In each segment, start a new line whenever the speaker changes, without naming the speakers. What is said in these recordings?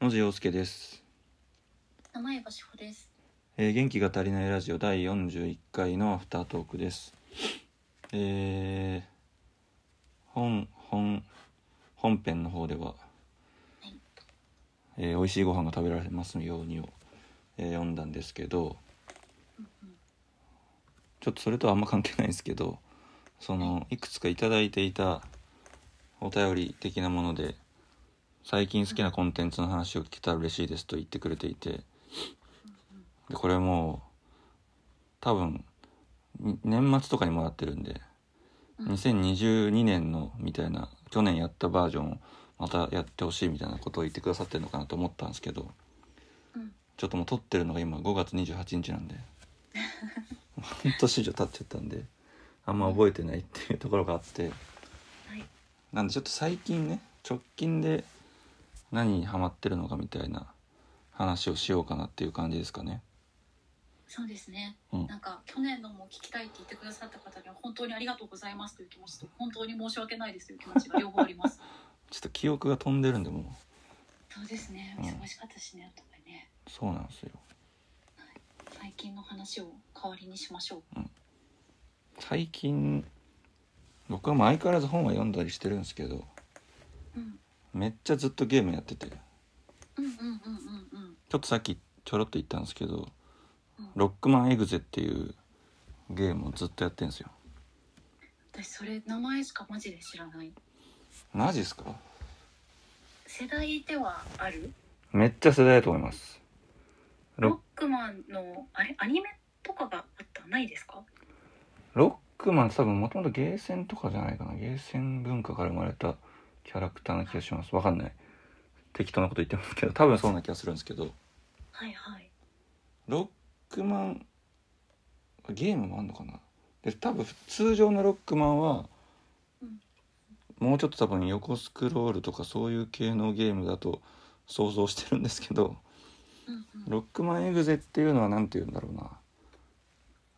野次陽介です、
名前が志保です。
えー元気が足りないラジオ第41回のアフタートークですえー本本本編の方では、
はい
えー美味しいご飯が食べられますようにを、えー読んだんですけどちょっとそれとはあんま関係ないんですけどそのいくつかいただいていたお便り的なもので最近好きなコンテンツの話を聞けたら嬉しいですと言ってくれていてでこれもう多分に年末とかにもらってるんで
うん
2022年のみたいな去年やったバージョンをまたやってほしいみたいなことを言ってくださってるのかなと思ったんですけど
うん
ちょっともう撮ってるのが今5月28日なんで半年以上経っちゃったんであんま覚えてないっていうところがあって
はい。
なんでちょっと最近ね直近で何にハマってるのかみたいな話をしようかなっていう感じですかね。
そうですね。
うん
なんか去年のも聞きたいって言ってくださった方には本当にありがとうございますという気持ちと本当に申し訳ないですという気持ちが両方あり ます。
ちょっと記憶が飛んでるんでもう
そうですね。
うん
忙しかったしね。とかね。
そうなんですよ
最近の話を代わりにしましょう。
最近僕はまあ相変わらず本は読んだりしてるんですけど
うん。
めっちゃずっとゲームやっててち
うんうんうんうんうん。
ょっとさっきちょろっと言ったんですけど
うん
「ロックマンエグゼ」っていうゲームをずっとやってるんですよ
私それ名前しかマジで知らない。
マジっすか
世代ではある？
めっちゃ世代だと思います
ロッ
ロ
クマンのあれアニメとかがあったないですか？
ロックマンって多分もともとゲーセンとかじゃないかなゲーセン文化から生まれたキャラクターな気がしますわかんない適当なこと言ってますけど多分そうな気がするんですけど
はいはい。
ロックマンゲームもあんのかなで多分通常のロックマンは、
うん
もうちょっと多分横スクロールとかそういう系のゲームだと想像してるんですけど
うんうん。
ロックマンエグゼっていうのは何て言うんだろうな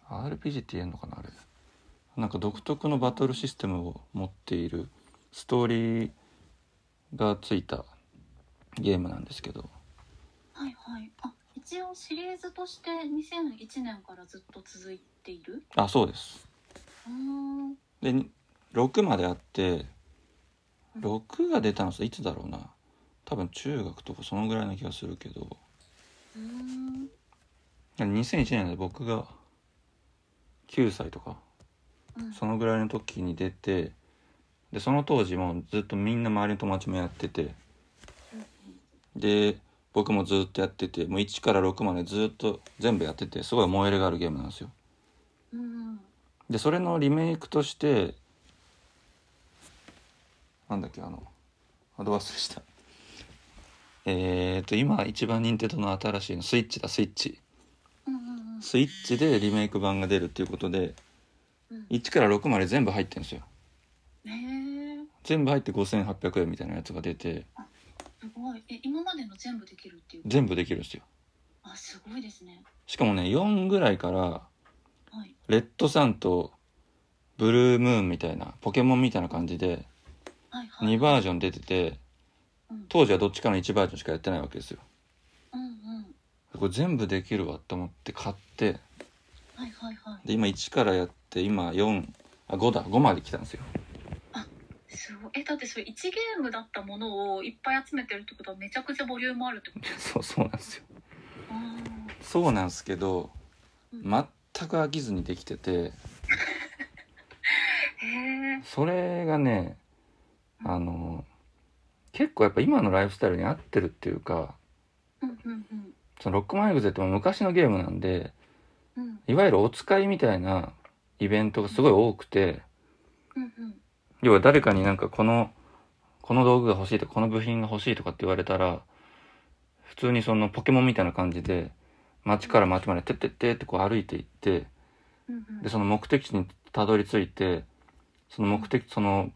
RPG って言えんのかなあれなんか独特のバトルシステムを持っているストーリーがついたゲームなんですけど
はいはい。あ、一応シリーズとして2001年からずっと続いている。
あそうです
うーん。
でに6まであって6が出たのさいつだろうな多分中学とかそのぐらいな気がするけど
うーん。
2001年で僕が9歳とか
うん
そのぐらいの時に出てでその当時もうずっとみんな周りの友達もやっててで僕もずっとやっててもう1から6までずっと全部やっててすごい燃えるがあるゲームなんですよ
うんうん。
でそれのリメイクとしてなんだっけあのアドバンスでした えー、と今一番任天堂の新しいのスイッチだスイッチ
うんうん
スイッチでリメイク版が出るっていうことで
うん。
1から6まで全部入ってるんですよ
ねえ。
全部入って5800円みたいなやつが出て
すごい。え、今までの全部できるっていう。
全部できるんですよ
あ、すごいですね。
しかもね4ぐらいから
はい。
レッドサンとブルームーンみたいなポケモンみたいな感じで
はいはい。
2バージョン出てて
うん
当時はどっちかの1バージョンしかやってないわけですよ
うんうん。
これ全部できるわと思って買って
はいはいはい。
で今1からやって今4あ5だ5まで来たんですよ
すごい。え、だってそれ一ゲームだったものをいっぱい集めてるってことはめちゃくちゃボリュームあるってこと。
そうそうなんですよ
あ
そうなんですけど
ー
全く飽きずにできてて
へえ。
それがねあの結構やっぱ今のライフスタイルに合ってるっていうか
うんうんうん。
そのロックマンエグゼってもう昔のゲームなんで
うん
いわゆるお使いみたいなイベントがすごい多くて
うんうん。
要は誰かになんかこのこの道具が欲しいとかこの部品が欲しいとかって言われたら普通にそのポケモンみたいな感じで街から街までてってってってこう歩いていって
うんうん
でその目的地にたどり着いてその目的その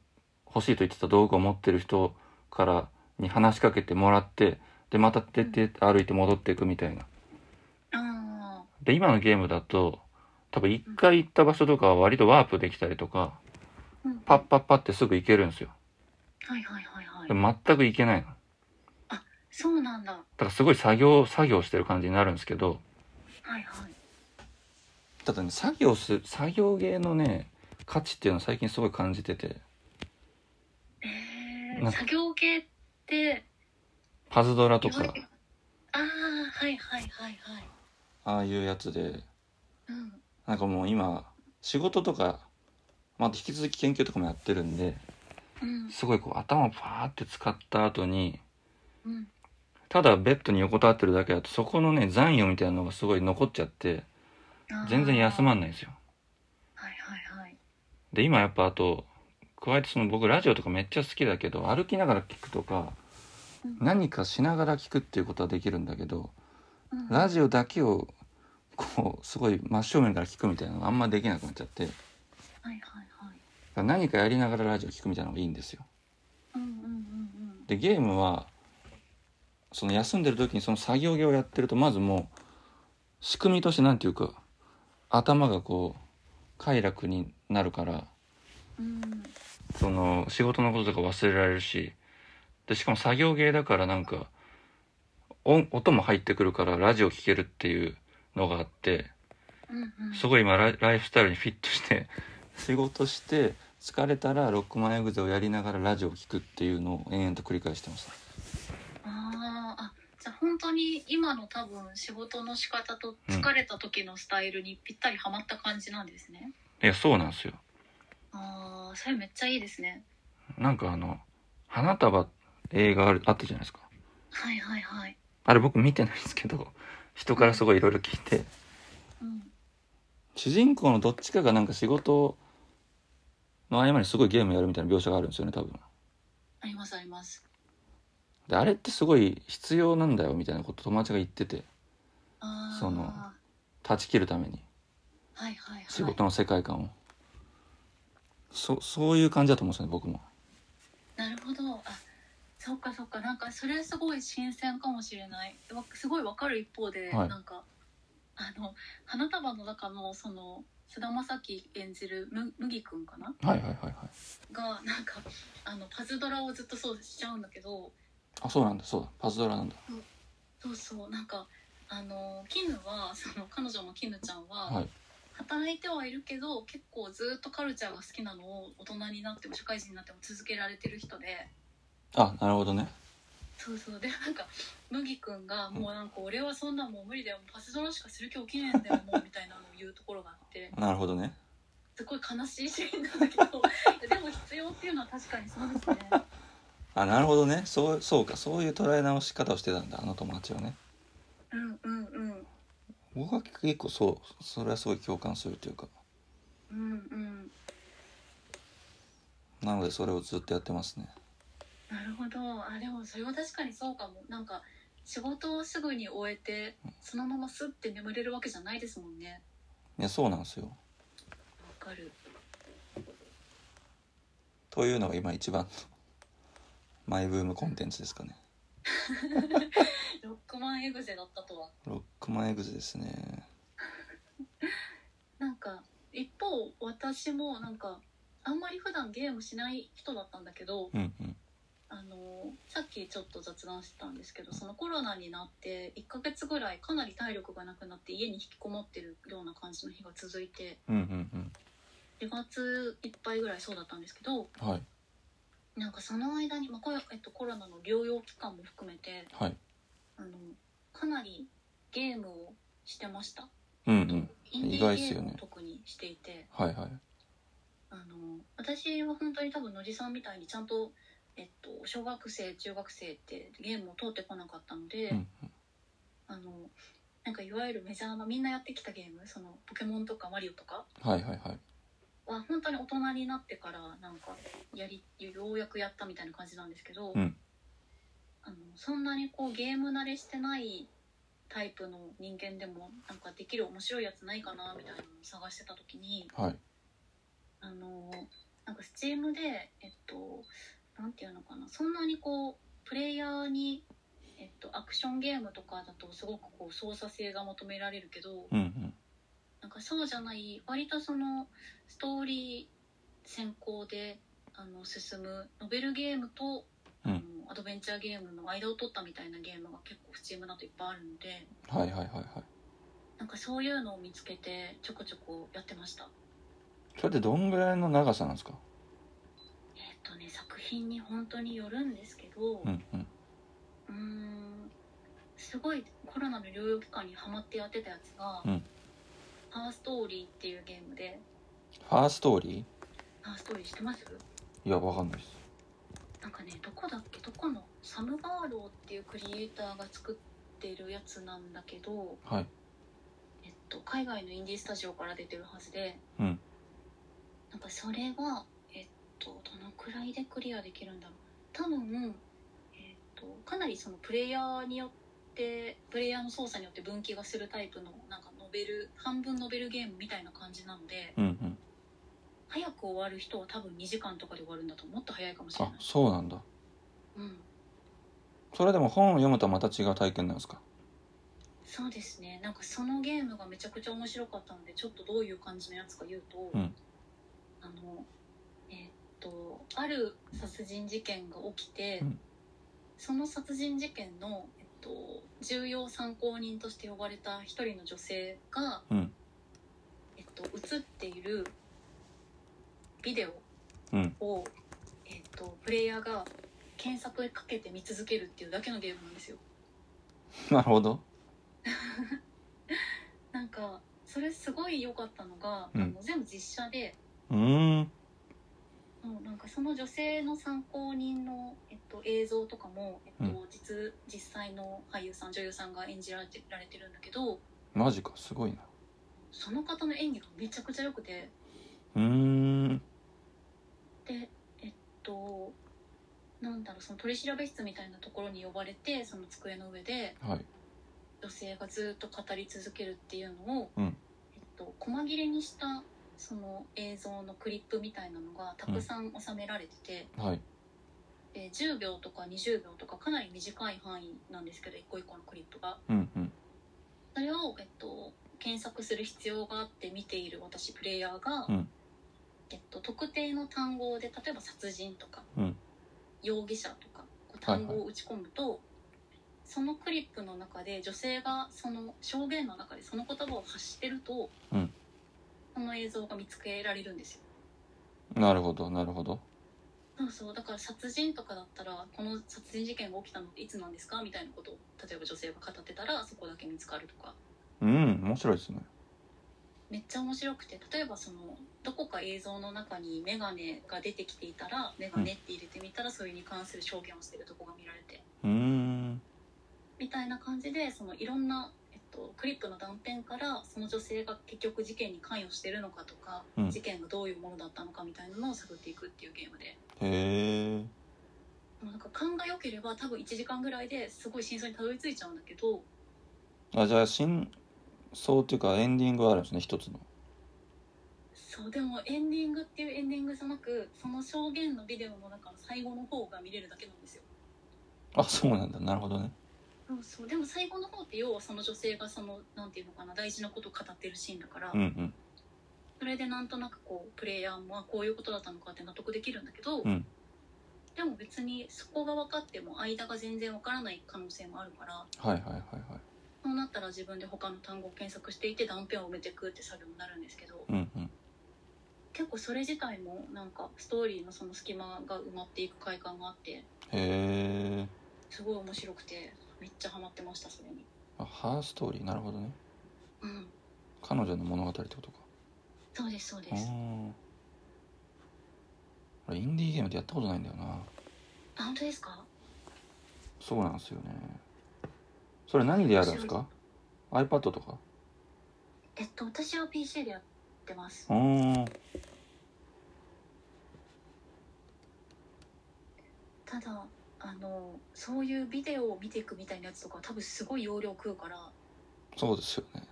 欲しいと言ってた道具を持ってる人からに話しかけてもらってでまた出てって歩いて戻っていくみたいな。
あ
で今のゲームだと多分一回行った場所とかは割とワープできたりとか
あ、うん
パッパッパってすぐ行けるんですよ。
はいはいはいはい
で。も全く行けないの。
そうなんだ。
からすごい作業作業してる感じになるんですけど
はいはい。
ただね作業す作業芸のね価値っていうのを最近すごい感じてて
え
なん
ー、
か
作業系って
パズドラと
言われ
か
てああはいはいはいはい。
ああいうやつで
うん
なんかもう今仕事とか、まあ、引き続き研究とかもやってるんで
うん
すごいこう頭をパーって使った後に
うん。
ただベッドに横たわってるだけだとそこのね残余みたいなのがすごい残っちゃって全然休ま
ん。
んないんですよ
はいはいはい。
で今やっぱあと加えてその僕ラジオとかめっちゃ好きだけど歩きながら聞くとか
うん
何かしながら聞くっていうことはできるんだけど
うん
ラジオだけをこうすごい真正面から聞くみたいなのがあんまできなくなっちゃってだか
はいはいはい。
ら何かやりながらラジオ聞くみたいなのがいいんですよ
うんうんうん
でゲームはその休んでる時にその作業業をやってるとまずもう仕組みとしてなんていうか頭がこう快楽になるから
うん。うん
その仕事のこととか忘れられるしでしかも作業芸だからなんか音音も入ってくるからラジオ聴けるっていうのがあって
うんうん。
すごい今ライライフスタイルにフィットして仕事して疲れたらロックマンエグゼをやりながらラジオを聴くっていうのを延々と繰り返してます
あーあじゃあ本当に今の多分仕事の仕方と疲れた時のスタイルにぴったりはまった感じなんですね、
いやそうなんですよ
ああそれめっちゃいいですね
なんかあの花束映画あるあったじゃないですか
はいはいはい
あれ僕見てないんですけど人からすごいいろいろ聞いて
うん
主人公のどっちかがなんか仕事の合間にすごいゲームやるみたいな描写があるんですよね多分
ありますあります
であれってすごい必要なんだよみたいなこと友達が言ってて
ああ
その
は
断ち切るために
いはいはい
仕事の世界観を、そそういう感じだと思うんですよね僕も
なるほどあそっかそっかなんかそれすごい新鮮かもしれないわすごいわかる一方で、
はい
なんかあの花束の中のその菅田将暉演じるむ麦君かな
はいはいはいはい
がなんかあのパズドラをずっとそうしちゃうんだけど
あそうなんだそうだパズドラなんだ
そうそうなんかあの絹はその彼女の絹ちゃんは、
はい
働いてはいるけど結構ずっとカルチャーが好きなのを大人になっても社会人になっても続けられてる人で
あなるほどね
そうそうでなんか麦君がもうなんか俺はそんなもう無理だよパズドラしかする気起きねえんだよもうみたいなのを言うところがあ って
なるほどね
すごい悲しいシーンなんだけどでも必要っていうのは確かにそうですね。
あなるほどねそうそうかそういう捉え直し方をしてたんだあの友達はね
うんうんうん
僕は結構そうそれはすごい共感するというか
うんうん
なのでそれをずっとやってますね
なるほどあでもそれは確かにそうかもなんか仕事をすぐに終えてそのままスッて眠れるわけじゃないですもんね
いやそうなんですよ
わかる
というのが今一番のマイブームコンテンツですかね
ロックマンエグゼだったとは
ロックマンエグゼですね
なんか一方私もなんかあんまり普段ゲームしない人だったんだけど
うんうん
あのさっきちょっと雑談してたんですけどそのコロナになって1ヶ月ぐらいかなり体力がなくなって家に引きこもってるような感じの日が続いて
うんうん
2月いっぱいぐらいそうだったんですけ
う
ど
んはい
なんかその間に、まあこれえっと、コロナの療養期間も含めて
はい
あのかなりゲームをしてました、
うんうん
インディ
意外
ー
っす
ゲ
よ
ー
ね
ムを特にしていて、
はいはい
あの私は本当に多分野地さんみたいにちゃんと、えっと、小学生中学生ってゲームを通ってこなかったので、
うん
あのなんかいわゆるメジャーなみんなやってきたゲームそのポケモンとかマリオとか
はいはいはい
は本当に大人になってからなんかやりようやくやったみたいな感じなんですけど、
うん
あのそんなにこうゲーム慣れしてないタイプの人間でもなんかできる面白いやつないかなみたいなのを探してた時に
はい
あのなんか Steam でえっとなんていうのかなそんなにこうプレイヤーに、えっと、アクションゲームとかだとすごくこう操作性が求められるけど、
うんうん
なんかそうじゃない割とそのストーリー先行であの進むノベルゲームと、
うん
あのアドベンチャーゲームの間を取ったみたいなゲームが結構 Steam だといっぱいあるので
はいはいはいはい
なんかそういうのを見つけてちょこちょこやってました
それってどんぐらいの長さなんですか
えっ、とね作品に本当によるんですけど
うんうん
うーんすごいコロナの療養期間にハマってやってたやつが「
うん
パーストーリー」っていうゲームで
ファーストーリ
パーストーリーしてます
ーいやわかんないです
なんかねどこだっけどこのサム・バーローっていうクリエイターが作ってるやつなんだけど、
はい
えっと、海外のインディースタジオから出てるはずで、
うん
なんかそれがえっとどのくらいでクリアできるんだろう多分、えっと、かなりそのプレイヤーによってプレイヤーの操作によって分岐がするタイプのなんかノベル半分ノベルゲームみたいな感じなので
うんうん
早く終わる人は多分2時間とかで終わるんだともっと早いかもしれ
あ
ない。
そうなんだ
うん
それでも本を読むとはまた違う体験なんですか
そうですねなんかそのゲームがめちゃくちゃ面白かったのでちょっとどういう感じのやつか言うと、
うん
あのえーっとある殺人事件が起きて、
うん
その殺人事件の、えっと、重要参考人として呼ばれた一人の女性が、
うん
えっと、映っているビデオ
うん
を、えっと、プレイヤーが検索かけて見続けるっていうだけのゲームなんですよ。
なるほど
なんかそれすごい良かったのが、
うん
あの全部実写で
うーん
もうなんかその女性の参考人の、えっと、映像とかも、えっと
う
実実際の俳優さん女優さんが演じられてられてるんだけど
マジかすごいな
その方の演技がめちゃくちゃ良くて
うーん
でえっとなんだろうその取調室みたいなところに呼ばれてその机の上で
はい
女性がずっと語り続けるっていうのを、
うん
えっと、細切れにしたその映像のクリップみたいなのがたくさん収められてて、
はい
で10秒とか20秒とかかなり短い範囲なんですけど一個一個のクリップが
うんうん
それを、えっと、検索する必要があって見ている私プレイヤーが、
うん
えっと、特定の単語で例えば殺人とか、
うん
容疑者とかこう
はいは
単
い
語を打ち込むと、そのクリップの中で女性がその証言の中でその言葉を発してると、
うん
その映像が見つけられるんですよ。
なるほどなるほど
そうそうだから殺人とかだったらこの殺人事件が起きたのっていつなんですかみたいなことを例えば女性が語ってたらそこだけ見つかるとか
うん面白いですね
めっちゃ面白くて例えばそのどこか映像の中に眼鏡が出てきていたら眼鏡って入れてみたらそれに関する証言をしてるとこが見られて
うーん
みたいな感じでそのいろんな、えっと、クリップの断片からその女性が結局事件に関与してるのかとか、
うん
事件がどういうものだったのかみたいなのを探っていくっていうゲームで。
へえ
もうなんか勘が良ければ多分1時間ぐらいですごい真相にたどり着いちゃうんだけど
あじゃあ真相っていうかエンディングはあるんですね一つの
そうでもエンディングっていうエンディングじゃなくその証言のビデオの中の最後の方が見れるだけなんですよ
あそうなんだなるほどね
そうそうでも最後の方って要はその女性がそのなんていうのかな大事なことを語ってるシーンだから、
うんうん
それでなんとなくこうプレイヤーもあこういうことだったのかって納得できるんだけど、
うん
でも別にそこが分かっても間が全然分からない可能性もあるから
はいはいはいはい
そうなったら自分で他の単語を検索していって断片を埋めていくって作業になるんですけど、
うんうん
結構それ自体もなんかストーリーのその隙間が埋まっていく快感があって
へえ
すごい面白くてめっちゃハマってましたそれに
あハーストーリーなるほどね
うん
彼女の物語ってことか
そうですそうで
う
す
ん俺インディーゲームってやったことないんだよな
あ本当ですか
そうなんですよねそれ何でやるんですか iPad とか
えっと私は PC でやってます
うん
ただあのそういうビデオを見ていくみたいなやつとか多分すごい容量食うから
そうですよね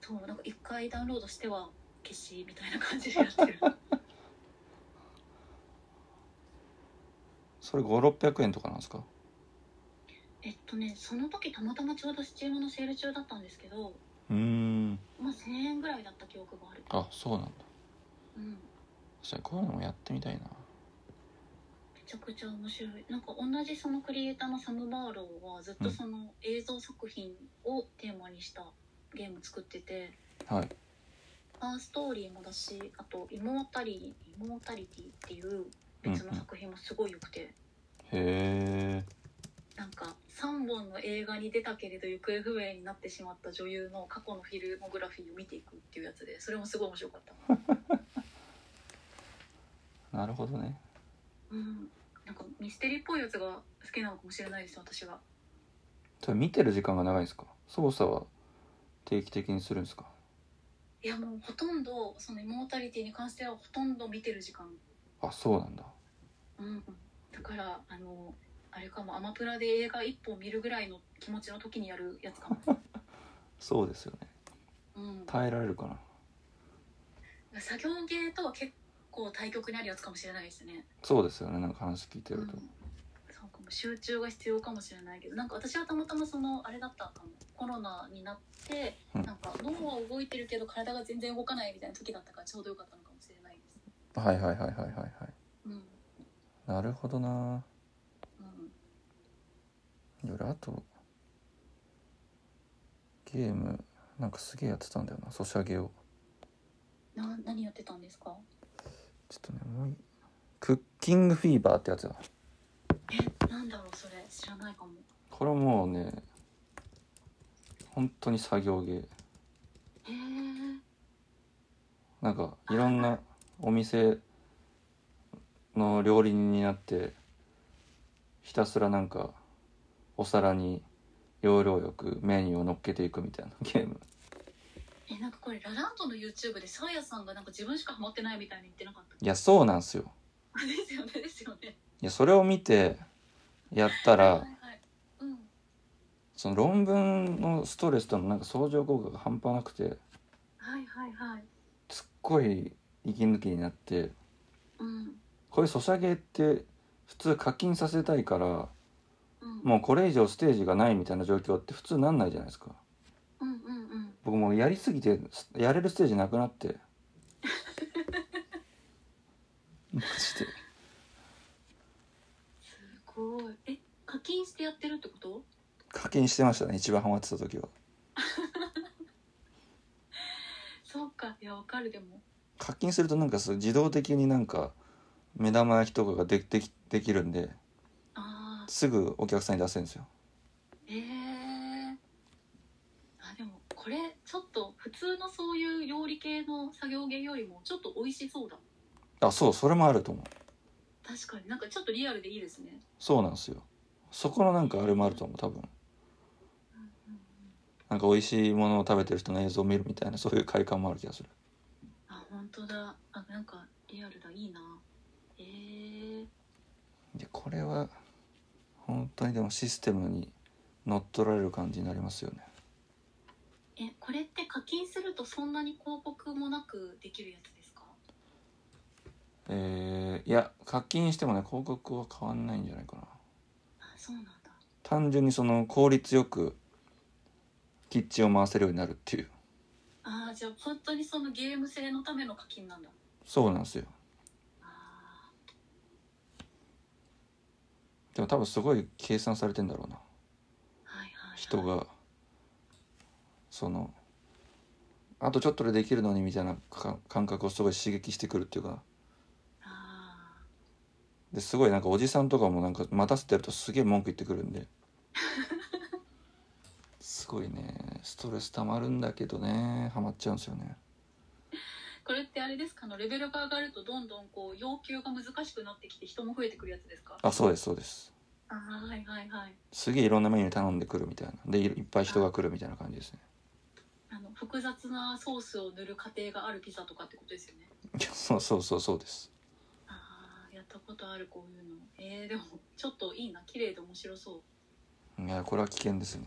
そうなんか一回ダウンロードしては消しみたいな感じでやってる
それ5600円とかなんですか
えっとねその時たまたまちょうど Steam のセール中だったんですけど
うん
まあ1000円ぐらいだった記憶がある
あそうなんだ
うん
確かにこういうのもやってみたいな
ちゃくちゃ面白いなんか同じそのクリエイターのサム・バーローはずっとその映像作品をテーマにしたゲーム作ってて
はい
「パーストーリー」もだしあと「イモータリイモータリティ」っていう別の作品もすごい良くて、
へえ
なんか3本の映画に出たけれど行方不明になってしまった女優の過去のフィルモグラフィーを見ていくっていうやつでそれもすごい面白かった。
なるほどね
うんなんかミステリーっぽいやつが好きなのかもしれないです私は
それ見てる時間が長いんですか操作は定期的にするんですか
いやもうほとんどそのイモータリティに関してはほとんど見てる時間
あそうなんだ
うんだからあのあれかもアマプラで映画1本見るぐらいの気持ちの時にやるやつ かも、
そうですよね
うん、
耐えられるかな
作業系とは結構対極にあるやつかもしれないですね、
そうですよねなんか話聞いて
う
る
ん
と、、
そうかも集中が必要かもしれないけどなんか私はたまたまそのあれだったかもコロナになって
うん
なんか脳は動いてるけど体が全然動かないみたいな時だったからちょうどよかったのかもしれないです
はいはいはいはいはいはい
うんうん
なるほどな俺あとゲームなんかすげえやってたんだよなソシャゲを
な何やってたんですか
ちょっとねもういクッキングフィーバーってやつだ
えなんだろうそれ知らないかも
これはもうね本当に作業ゲー
へえ
なんかいろんなお店の料理人になってひたすらなんかお皿に要領よくメニューを乗っけていくみたいな ゲーム
えなんかこれラランドの YouTube でサーヤさんがなんか自分しかハマってないみたいに言ってなかった
いやそうなんすよ
あ ですよねですよね
いやそれを見てやった
はい
ら
はいはいうん
その論文のストレスとのなんか相乗効果が半端なくて
はいはいはい
すっごい息抜きになって
うん
こういうソシャゲって普通課金させたいから
うん
もうこれ以上ステージがないみたいな状況って普通なんないじゃないですか
うんうんうん
僕もうやりすぎてすやれるステージなくなってマジです
ごいえ課金してやってるってこと
課金してましたね一番ハマってた時は
そうかいやわかるでも
課金するとなんかそう自動的になんか目玉焼きとかができできできるんで
ああ
すぐお客さんに出せるんですよ
ええあでもこれちょっと普通のそういう料理系の作業芸よりもちょっと美味しそうだ
あそうそれもあると思う
確かになんかちょっとリアルでいいですね
そうなんですよそこのなんかあれもあると思う多分なんか美味しいものを食べてる人の映像を見るみたいなそういう快感もある気がする
あ本当だあなんかリアルだいいなえー、
でこれは本当にでもシステムに乗っ取られる感じになりますよね
えこれって課金するとそんなに広告もなくできるやつですか
えーいや課金してもね広告は変わんないんじゃないかな
あそうなんだ
単純にその効率よくキッチンを回せるようになるっていう
あーじゃあ本当にそのゲーム性のための課金なんだ
そうなんですよ
あ
でも多分すごい計算されてんだろうな
ーはいはい、はい、
人がそのあとちょっとでできるのにみたいなか感覚をすごい刺激してくるっていうか
あー
ですごいなんかおじさんとかもなんか待たせてるとすげえ文句言ってくるんですごいねストレスたまるんだけどねハマっちゃうんですよね
これってあれですかあのレベルが上がるとどんどんこう要求が難しくなってきて人も増えてくるやつですか
あそうですそうです
あーはいはいはい
すげえいろんなメニュー頼んでくるみたいなでいいっぱい人が来るみたいな感じですね
あの複雑なソースを塗る過程があるピザとかってことですよね
いやそうそうそうそうです
ああやったことあるこういうのえー、でもちょっといいな綺麗で面白そう
いやこれは危険ですね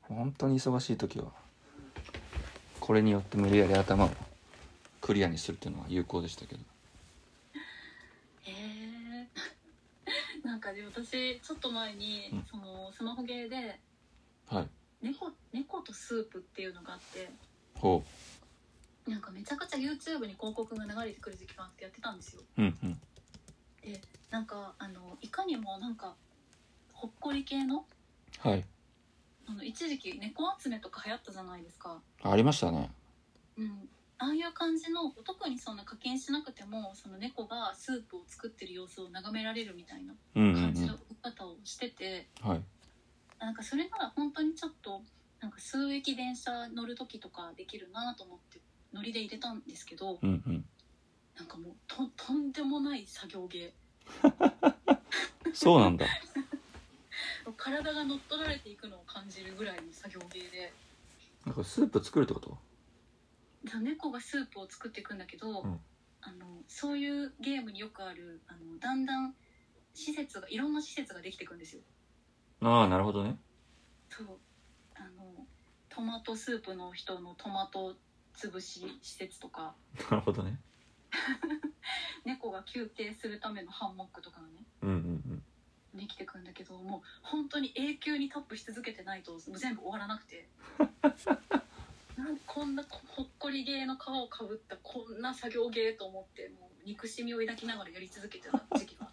本当に忙しい時はこれによって無理やり頭をクリアにするっていうのは有効でしたけど
えー、 なんかで私ちょっと前に、
うん
そのスマホゲーで
はい
猫猫とスープっていうのがあって
ほ
なんかめちゃくちゃ YouTube に広告が流れてくる時期があってやってたんですよ
ううんうん
なんかあのいかにもなんかほっこり系の
はい
あの一時期猫集めとか流行ったじゃないですか、
ありましたね
うん、ああいう感じの特にそんな課金しなくてもその猫がスープを作ってる様子を眺められるみたいな
うんうん
感じの
う
動き方をしてて、
んはい
なんかそれなら本当にちょっとなんか数駅電車乗る時とかできるなと思って乗りで入れたんですけど
うんうん
なんかもうととんでもない作業芸
そうなん だ
体が乗っ取られていくのを感じるぐらいの作業芸で。
なんかスープ作るってこと
じゃあ猫がスープを作っていくんだけど、
うん
あのそういうゲームによくあるあのだんだん施設がいろんな施設ができていくんですよ
ああなるほどね
そうあのトマトスープの人のトマト潰し施設とか
なるほどね
猫が休憩するためのハンモックとかがね
うんうん
できてくんだけどもう本当に永久にタップし続けてないともう全部終わらなくてなんでこんなほっこり芸の皮をかぶったこんな作業芸と思ってもう憎しみを抱きながらやり続けてた時期があっ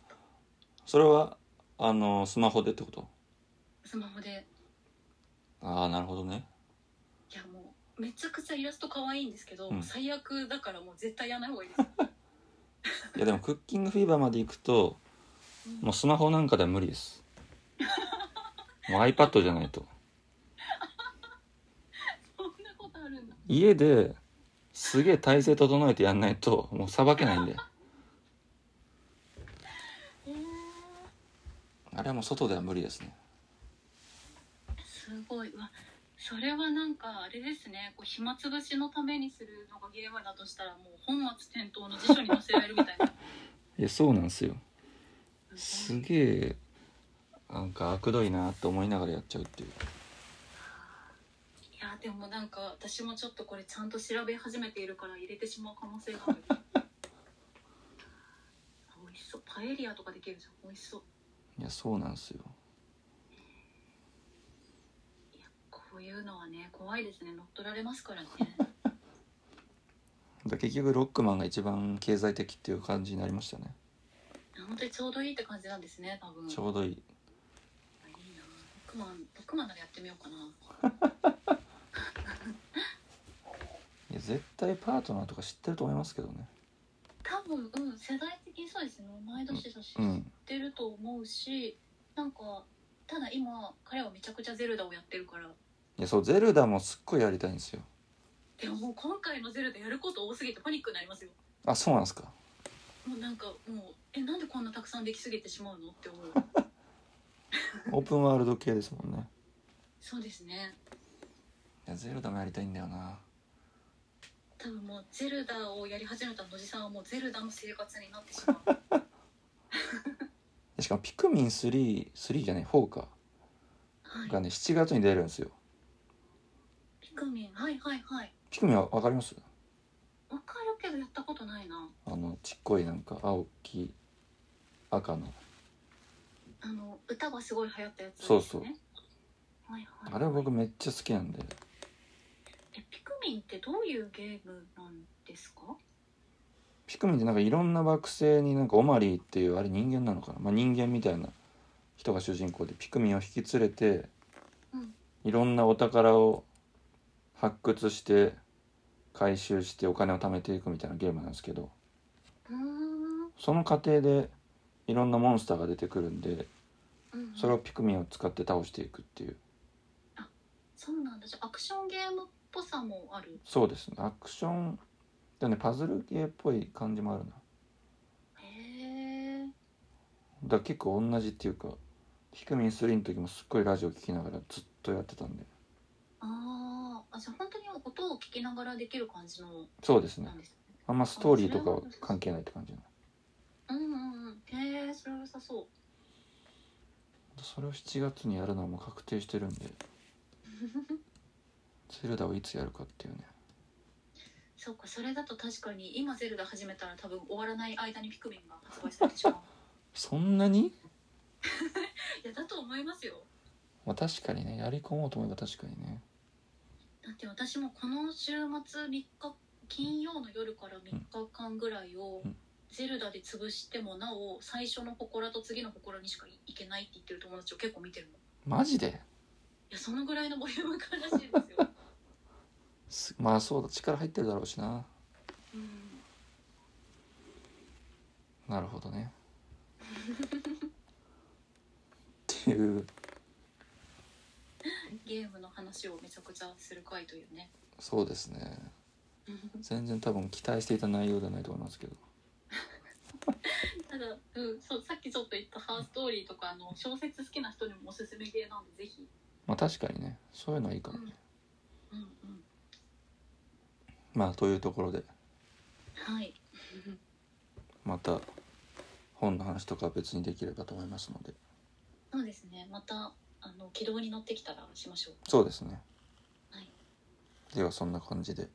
それはあのスマホでってこと
たスマホで
ああなるほどね
いやもうめちゃくちゃイラスト可愛いんですけど、
うん
最悪だからもう絶対やらない方がいいです、
いやでもクッキングフィーバーまで行くと
うん
もうスマホなんかでは無理ですもう iPad じゃないと
そんなことあるんだ
家ですげえ体勢整えてやんないともうさばけないんで
えー、
あれはもう外では無理ですね
すごいうわそれはなんかあれですねこう暇つぶしのためにするのがゲームだとしたらもう本末転倒の辞書に載せられるみたいな
いやそうなんですよすげえなんか悪どいなって思いながらやっちゃうっていう
いやでもなんか私もちょっとこれちゃんと調べ始めているから入れてしまう可能性が ある美味しそうパエリアとかできるじゃん美味しそう
いやそうなんですよ
いやこういうのはね怖いですね乗っ取られま すからね
だ結局ロックマンが一番経済的っていう感じになりましたね、
本当にちょうどいいって感じなんですね多分
ちょうどいい
いいな6万6万ならやってみようかない
や絶対パートナーとか知ってると思いますけどね
多分うん世代的にそうですね毎年だし、
う
知っ
ん
てると思うしなんかただ今彼はめちゃくちゃゼルダをやってるから
いやそうゼルダもすっごいやりたいんですよ
でももう今回のゼルダやること多すぎてパニックになりますよ
あそうなんですか
もうなんかもうえなんでこんなたくさんできすぎてしまうのって思う
オープンワールド系ですもんね
そうですね
いやゼルダもやりたいんだよな
多分もうゼルダをやり始めた野地さんはもうゼルダの生活になってしま う
でしかもピクミン33じゃない4か
は
が
い
ね7月に出るんですよ
ピクミンはいはいはい
ピクミンは分かります
わかるけどやったことないな
あのちっこいなんか青黄赤の
あの歌がすごい流行ったやつですね
そうそう
はいはい
あれは僕めっちゃ好きなんで
えピクミンってどういうゲームなんですか
ピクミンってなんかいろんな惑星になんかオマリーっていうあれ人間なのかな、まあ、人間みたいな人が主人公でピクミンを引き連れて
うん
いろんなお宝を発掘して回収してお金を貯めていくみたいなゲームなんですけど
うーん
その過程でいろんなモンスターが出てくるんで
うんうん
それをピクミンを使って倒していくっていう
そうなんだじゃあアクションゲームっぽさもある
そうですねアクションでもねパズル系っぽい感じもあるな
へえ
だから結構同じっていうかピクミン3の時もすっごいラジオ聴きながらずっとやってたんで
あーあじゃあ本当に音を聞きながらできる感じの
そうですね
なんですね
あんまストーリーとかは関係ないって感じなの
うんうんうんへえそれは良さそう
それを7月にやるのはもう確定してる んでゼルダをいつやるかっていうね
そうかそれだと確かに今ゼルダ始めたら多分終わらない間にピクミンが発売されてし まう
そんなに、
いやだと思いますよ
まあ、確かにねやり込もうと思えば確かにね
だって私もこの週末3日金曜の夜から3日間ぐらいを
うん
ゼルダで潰してもなお最初の祠と次の祠にしか行けないって言ってる友達を結構見てるのい
マジで
やそのぐらいのボリューム感らしいです よ
すまあそうだ力入ってるだろうしな
うん
なるほど ねっていう
ゲームの話をめちゃくちゃする回というね
そうですね全然多分期待していた内容ではないと思いますけど
ただ、うん、そうさっきちょっと言ったハーストーリーとかあの小説好きな人にもおすすめ系なんでぜひ
まあ確かにねそういうのはいいかもね、
うんうん
まあというところで
はい
また本の話とかは別にできればと思いますので
そうですねまたあの軌道に乗ってきたらしましょう
そうですね、
はい
ではそんな感じで